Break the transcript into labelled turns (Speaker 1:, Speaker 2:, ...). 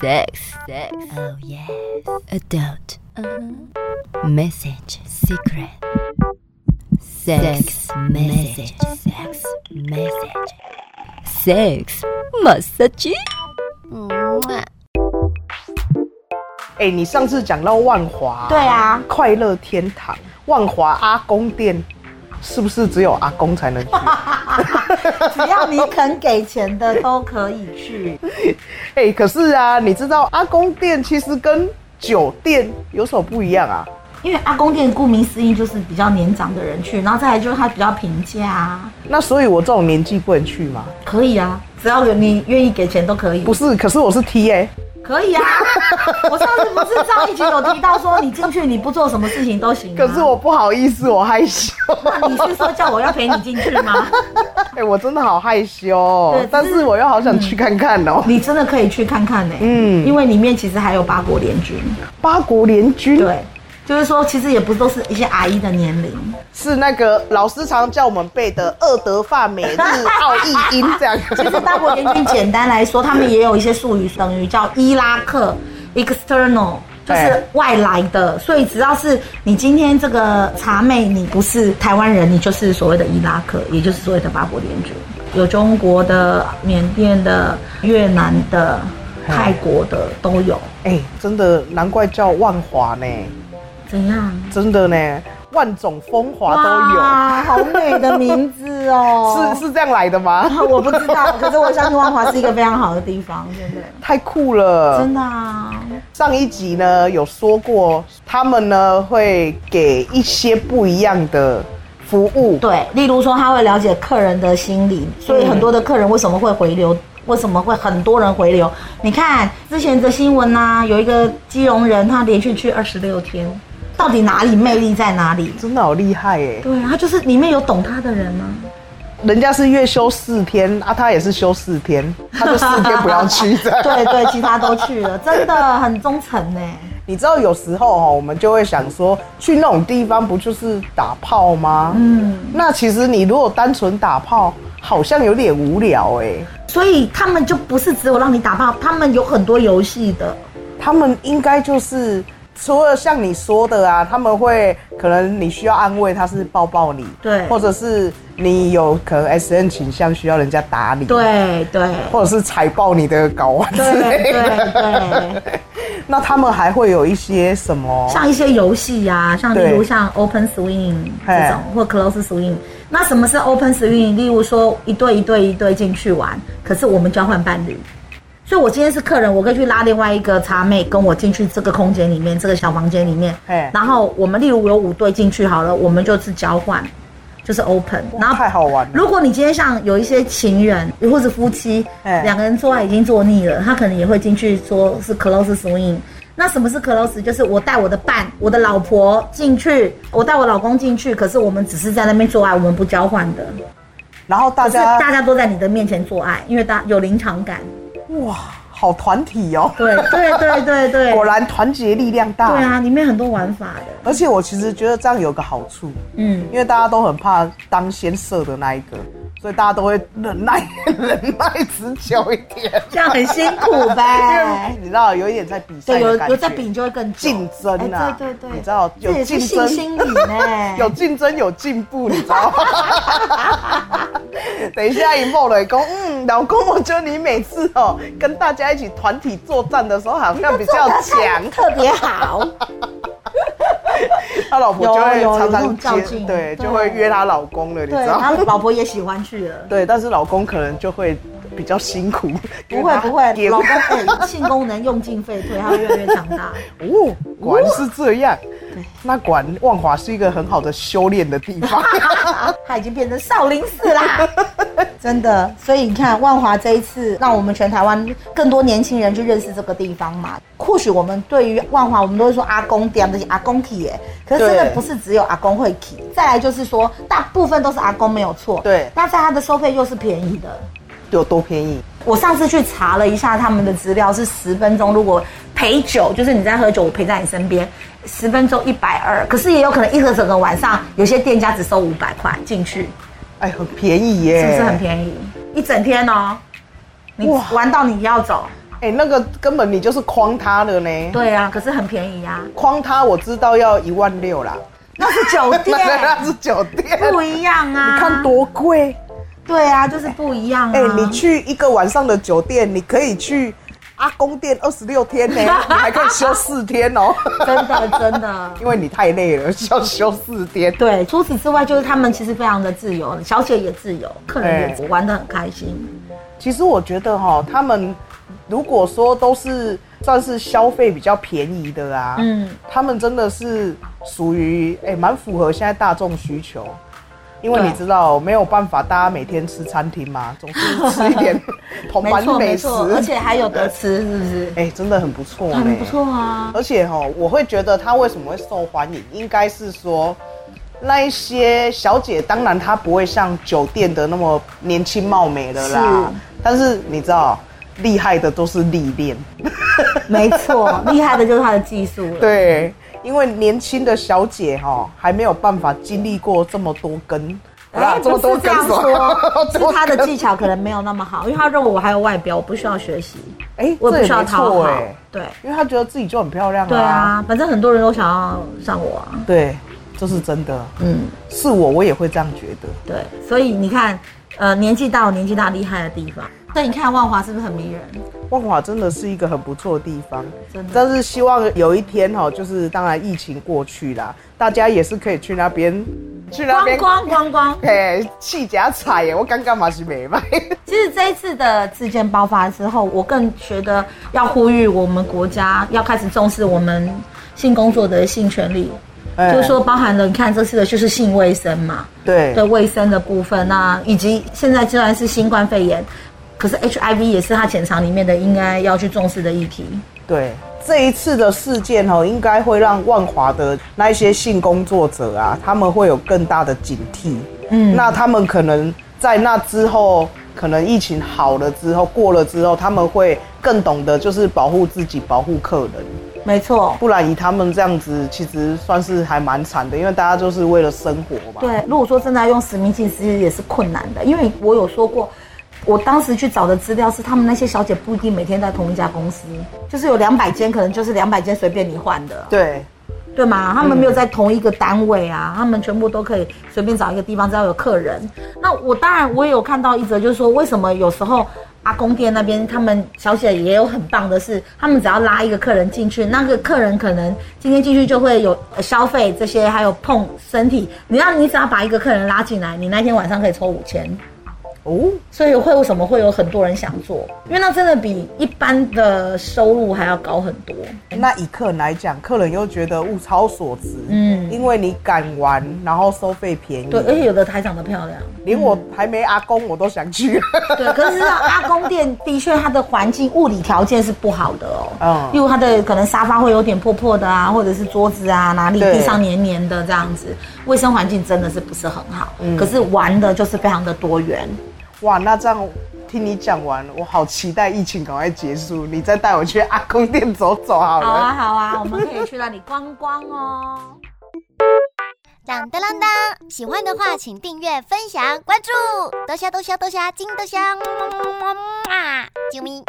Speaker 1: Sex, sex, oh yes. Uh-huh. Adult, message, secret. Sex, message, sex, message. Sex, massage.
Speaker 2: 哎、你上次讲到万华，
Speaker 3: 对啊
Speaker 2: 快乐天堂，万华阿公店，是不是只有阿公才能 去？
Speaker 3: 只要你肯给钱的都可以 去。
Speaker 2: 哎、可是啊，你知道阿公店其实跟酒店有什么不一样啊？
Speaker 3: 因为阿公店顾名思义就是比较年长的人去，然后再来就是它比较平价啊，
Speaker 2: 那所以我这种年纪不能去吗？
Speaker 3: 可以啊，只要有你愿意给钱都可以。
Speaker 2: 不是，可是我是 T A，
Speaker 3: 可以啊，我上次不是上一集有提到说你进去你不做什么事情都行、啊。
Speaker 2: 可是我不好意思，我害羞。
Speaker 3: 那你是说叫我要陪你进去吗？
Speaker 2: 哎、我真的好害羞哦
Speaker 3: 对，嗯
Speaker 2: 但是我又好想去看看哦。
Speaker 3: 你真的可以去看看呢、
Speaker 2: 嗯
Speaker 3: 嗯，因为里面其实还有八国联军。
Speaker 2: 八国联军
Speaker 3: 对，就是说其实也不都是一些阿姨的年龄。
Speaker 2: 是那个老师常叫我们背的二德法美日奥意英这样。
Speaker 3: 其实八国联军简单来说，他们也有一些术语，等于叫伊拉克 external。就
Speaker 2: 对
Speaker 3: 是外来的，所以只要是你今天这个茶妹，你不是台湾人，你就是所谓的伊拉克，也就是所谓的八国联军，有中国的、缅甸的、越南的、
Speaker 2: 嗯
Speaker 3: 泰国的都有。
Speaker 2: 哎、真的难怪叫万华呢，
Speaker 3: 怎样？
Speaker 2: 真的呢，万种风华都有，
Speaker 3: 哇，好美的名字哦！
Speaker 2: 是是这样来的吗？
Speaker 3: 啊，我不知道，可是我相信万华是一个非常好的地方，真的，
Speaker 2: 太酷了！
Speaker 3: 真的啊，
Speaker 2: 上一集呢有说过，他们呢会给一些不一样的服务，
Speaker 3: 对，例如说他会了解客人的心理，所以很多的客人为什么会回流？为什么会很多人回流？你看之前的新闻呐、有一个基隆人，他连续去二十六天，到底哪里魅力在哪里？
Speaker 2: 真的好厉害哎！
Speaker 3: 对，他就是里面有懂他的人啊。
Speaker 2: 人家是月休四天啊，他也是休四天，他就四天不要去这样。
Speaker 3: 对对，其他都去了，真的很忠 诚呢。
Speaker 2: 你知道有时候哈、我们就会想说，去那种地方不就是打炮吗？嗯，那其实你如果单纯打炮，好像有点无聊哎、
Speaker 3: 所以他们就不是只有让你打炮，他们有很多游戏的。
Speaker 2: 他们应该就是除了像你说的啊，他们会可能你需要安慰，他是抱抱你，
Speaker 3: 对
Speaker 2: 或者是你有可能 S N 倾向需要人家打你，，
Speaker 3: 对对。
Speaker 2: 或者是踩爆你的睾丸之类
Speaker 3: 对
Speaker 2: 的。
Speaker 3: 对对，
Speaker 2: 那他们还会有一些什么？
Speaker 3: 像一些游戏呀，像例如
Speaker 2: 哦对
Speaker 3: 像 Open Swing
Speaker 2: 嘿
Speaker 3: 这种或 Close Swing。那什么是 Open Swing？例如说一对一对一对进去玩，可是我们交换伴侣。所以我今天是客人，我可以去拉另外一个茶妹跟我进去这个空间里面，这个小房间里面
Speaker 2: 嘿。
Speaker 3: 然后我们例如有五对进去好了，我们就是交换，就是 Open。
Speaker 2: 哇
Speaker 3: 然后
Speaker 2: 太好玩了
Speaker 3: 如果你今天像有一些情人或是夫妻
Speaker 2: 哎，
Speaker 3: 两个人做爱已经做腻了，他可能也会进去说是 close swing。那什么是 close？就是我带我的伴、我的老婆进去，我带我老公进去，可是我们只是在那边做爱，我们不交换的，
Speaker 2: 然后大
Speaker 3: 是
Speaker 2: 家
Speaker 3: 大家都在你的面前做爱，因为大有临场感。
Speaker 2: 哇，好团体哦，
Speaker 3: 对对对对对，
Speaker 2: 果然团结力量大。
Speaker 3: 对啊，里面很多玩法的。
Speaker 2: 而且我其实觉得这样有个好处，
Speaker 3: 嗯，
Speaker 2: 因为大家都很怕当先射的那一个，所以大家都会忍耐 忍耐持久一点。
Speaker 3: 这样很辛苦
Speaker 2: 因为
Speaker 3: 呗。
Speaker 2: 你知道有一点在比赛
Speaker 3: 哎 对，
Speaker 2: 的
Speaker 3: 有
Speaker 2: 感觉，
Speaker 3: 有在比你就会更久
Speaker 2: 竞争啊
Speaker 3: 哎对对对，
Speaker 2: 你知道有
Speaker 3: 这也是
Speaker 2: 竞争。
Speaker 3: 性心理呢
Speaker 2: 有竞争有进步，你知道吗？ 等一下，一梦雷公，嗯，老公，我觉得你每次哦跟大家一起团体作战的时候，好像比较强。
Speaker 3: 特别好。
Speaker 2: 他老婆就会
Speaker 3: 有有有
Speaker 2: 常
Speaker 3: 那种
Speaker 2: 常
Speaker 3: 较
Speaker 2: 接，
Speaker 3: 劲
Speaker 2: 对，
Speaker 3: 对
Speaker 2: 就会约她老公了，你知
Speaker 3: 对，
Speaker 2: 道
Speaker 3: 然
Speaker 2: 吗？
Speaker 3: 后老婆也喜欢去了。
Speaker 2: 对，但是老公可能就会比较辛苦。
Speaker 3: 不会不会，
Speaker 2: 因为
Speaker 3: 老
Speaker 2: 他
Speaker 3: 公哎，性功能用尽废退，他会越来越强大。
Speaker 2: 哦，果然是这样。那果然万华是一个很好的修炼的地方。
Speaker 3: 他已经变成少林寺 啦，真的。所以你看，万华这一次让我们全台湾更多年轻人去认识这个地方嘛。或许我们对于万华，我们都会说阿公店这些阿公体耶，可是真的
Speaker 2: 对
Speaker 3: 不是只有阿公会体。再来就是说，大部分都是阿公没有错。
Speaker 2: 对
Speaker 3: 那在他的收费又是便宜的。
Speaker 2: 有多便宜？
Speaker 3: 我上次去查了一下他们的资料，是十分钟。如果陪酒，就是你在喝酒，我陪在你身边，十分钟一百二。可是也有可能一个整个晚上，有些店家只收五百块进去，
Speaker 2: 哎，很便宜耶！
Speaker 3: 是不是很便宜？一整天哦，你
Speaker 2: 哇
Speaker 3: 玩到你要走。
Speaker 2: 哎、哎、那个根本你就是诓他的呢。
Speaker 3: 对啊，可是很便宜呀、
Speaker 2: 诓他我知道要一万六啦，
Speaker 3: 那 是酒店，
Speaker 2: 那是酒店，
Speaker 3: 不一样
Speaker 2: 你
Speaker 3: 啊。
Speaker 2: 看多贵。
Speaker 3: 对啊，就是不一样啊。
Speaker 2: 哎、你去一个晚上的酒店，你可以去阿公店二十六天呢、你还可以休四天哦、
Speaker 3: 真的真的。
Speaker 2: 因为你太累了，要休四天。
Speaker 3: 对，除此之外，就是他们其实非常的自由，小姐也自由，客人也
Speaker 2: 对
Speaker 3: 玩得很开心。
Speaker 2: 其实我觉得哈，他们如果说都是算是消费比较便宜的啊，
Speaker 3: 嗯
Speaker 2: 嗯，他们真的是属于哎蛮符合现在大众需求。因为
Speaker 3: 对
Speaker 2: 你知道没有办法，大家每天吃餐厅嘛，总是吃一 点同
Speaker 3: 没
Speaker 2: 版
Speaker 3: 错
Speaker 2: 美
Speaker 3: 没
Speaker 2: 食，
Speaker 3: 错，而且还有得吃，是不是？
Speaker 2: 哎、真的 很不错、呢。
Speaker 3: 很不错啊。
Speaker 2: 而且哈、我会觉得他为什么会受欢迎，应该是说那一些小姐，当然她不会像酒店的那么年轻貌美了啦
Speaker 3: 是。
Speaker 2: 但是你知道，厉害的都是历练。
Speaker 3: 没错，厉害的就是他的技术了。
Speaker 2: 对，因为年轻的小姐哈、还没有办法经历过这么多根。
Speaker 3: 哎，不是这样
Speaker 2: 什啊么
Speaker 3: 说，
Speaker 2: 多
Speaker 3: 是他的
Speaker 2: 根
Speaker 3: 技巧可能没有那么好，因为他认为我还有外表，我不需要学习，
Speaker 2: 哎，这
Speaker 3: 我也不
Speaker 2: 也
Speaker 3: 需要
Speaker 2: 没
Speaker 3: 讨
Speaker 2: 错
Speaker 3: 好
Speaker 2: 哎，。
Speaker 3: 对，
Speaker 2: 因为她觉得自己就很漂亮
Speaker 3: 对啊，反正很多人都想要像我啊。
Speaker 2: 对，这是真的。
Speaker 3: 嗯，
Speaker 2: 是我，我也会这样觉得。
Speaker 3: 对，所以你看，呃，年纪大有年纪大厉害的地方。所以你看万华是不是很迷人？
Speaker 2: 万华真的是一个很不错的地方，
Speaker 3: 真的
Speaker 2: 但是希望有一天哈、就是当然疫情过去啦，大家也是可以去那边，去那
Speaker 3: 光
Speaker 2: 边，
Speaker 3: 光光光。
Speaker 2: 嘿，去假彩耶，我刚刚嘛是没卖，
Speaker 3: 其实这一次的事件爆发之后，我更觉得要呼吁我们国家要开始重视我们性工作的性权利，
Speaker 2: 哎
Speaker 3: 就是说包含了你看这次的就是性卫生嘛，
Speaker 2: 对
Speaker 3: 的卫生的部分啊，以及现在虽然是新冠肺炎，可是 HIV 也是它潜藏里面的应该要去重视的议题。
Speaker 2: 对，这一次的事件哦，应该会让万华的那一些性工作者啊，他们会有更大的警惕。嗯，那他们可能在那之后，可能疫情好了之后，过了之后，他们会更懂得就是保护自己，保护客人。
Speaker 3: 没错，
Speaker 2: 不然以他们这样子，其实算是还蛮惨的，因为大家就是为了生活嘛。，
Speaker 3: 对，如果说真的要用实名制，其实也是困难的，因为我有说过，我当时去找的资料是他们那些小姐不一定每天在同一家公司，就是有两百间，可能就是两百间随便你换的，
Speaker 2: 对
Speaker 3: 对吗？他们没有在同一个单位啊，他们全部都可以随便找一个地方，只要有客人。那我当然我也有看到一则，就是说为什么有时候。阿公店那边，他们小姐也有很棒的是，他们只要拉一个客人进去，那个客人可能今天进去就会有呃消费这些，还有碰身体。你要你只要把一个客人拉进来，你那天晚上可以抽五千。
Speaker 2: 哦，
Speaker 3: 所以会为什么会有很多人想做？因为那真的比一般的收入还要高很多。
Speaker 2: 那以客人来讲，客人又觉得物超所值，
Speaker 3: 嗯
Speaker 2: 嗯，因为你敢玩，然后收费便宜，
Speaker 3: 对，而且有的台长得漂亮。
Speaker 2: 连我还没阿公我都想去。
Speaker 3: 对，可是啊阿公店的确它的环境物理条件是不好的哦。
Speaker 2: 嗯
Speaker 3: 例如它的可能沙发会有点破破的啊，或者是桌子啊哪里
Speaker 2: 对
Speaker 3: 地上黏黏的这样子，卫生环境真的是不是很好。可是玩的就是非常的多元。
Speaker 2: 哇，那这样听你讲完，我好期待疫情赶快结束，你再带我去阿公店走走好了。
Speaker 3: 好啊，好啊，我们可以去那里观光哦。
Speaker 4: 当当当当！喜欢的话，请订阅、分享、关注，多虾多虾多虾，金多虾，么么么么么啊！啾咪。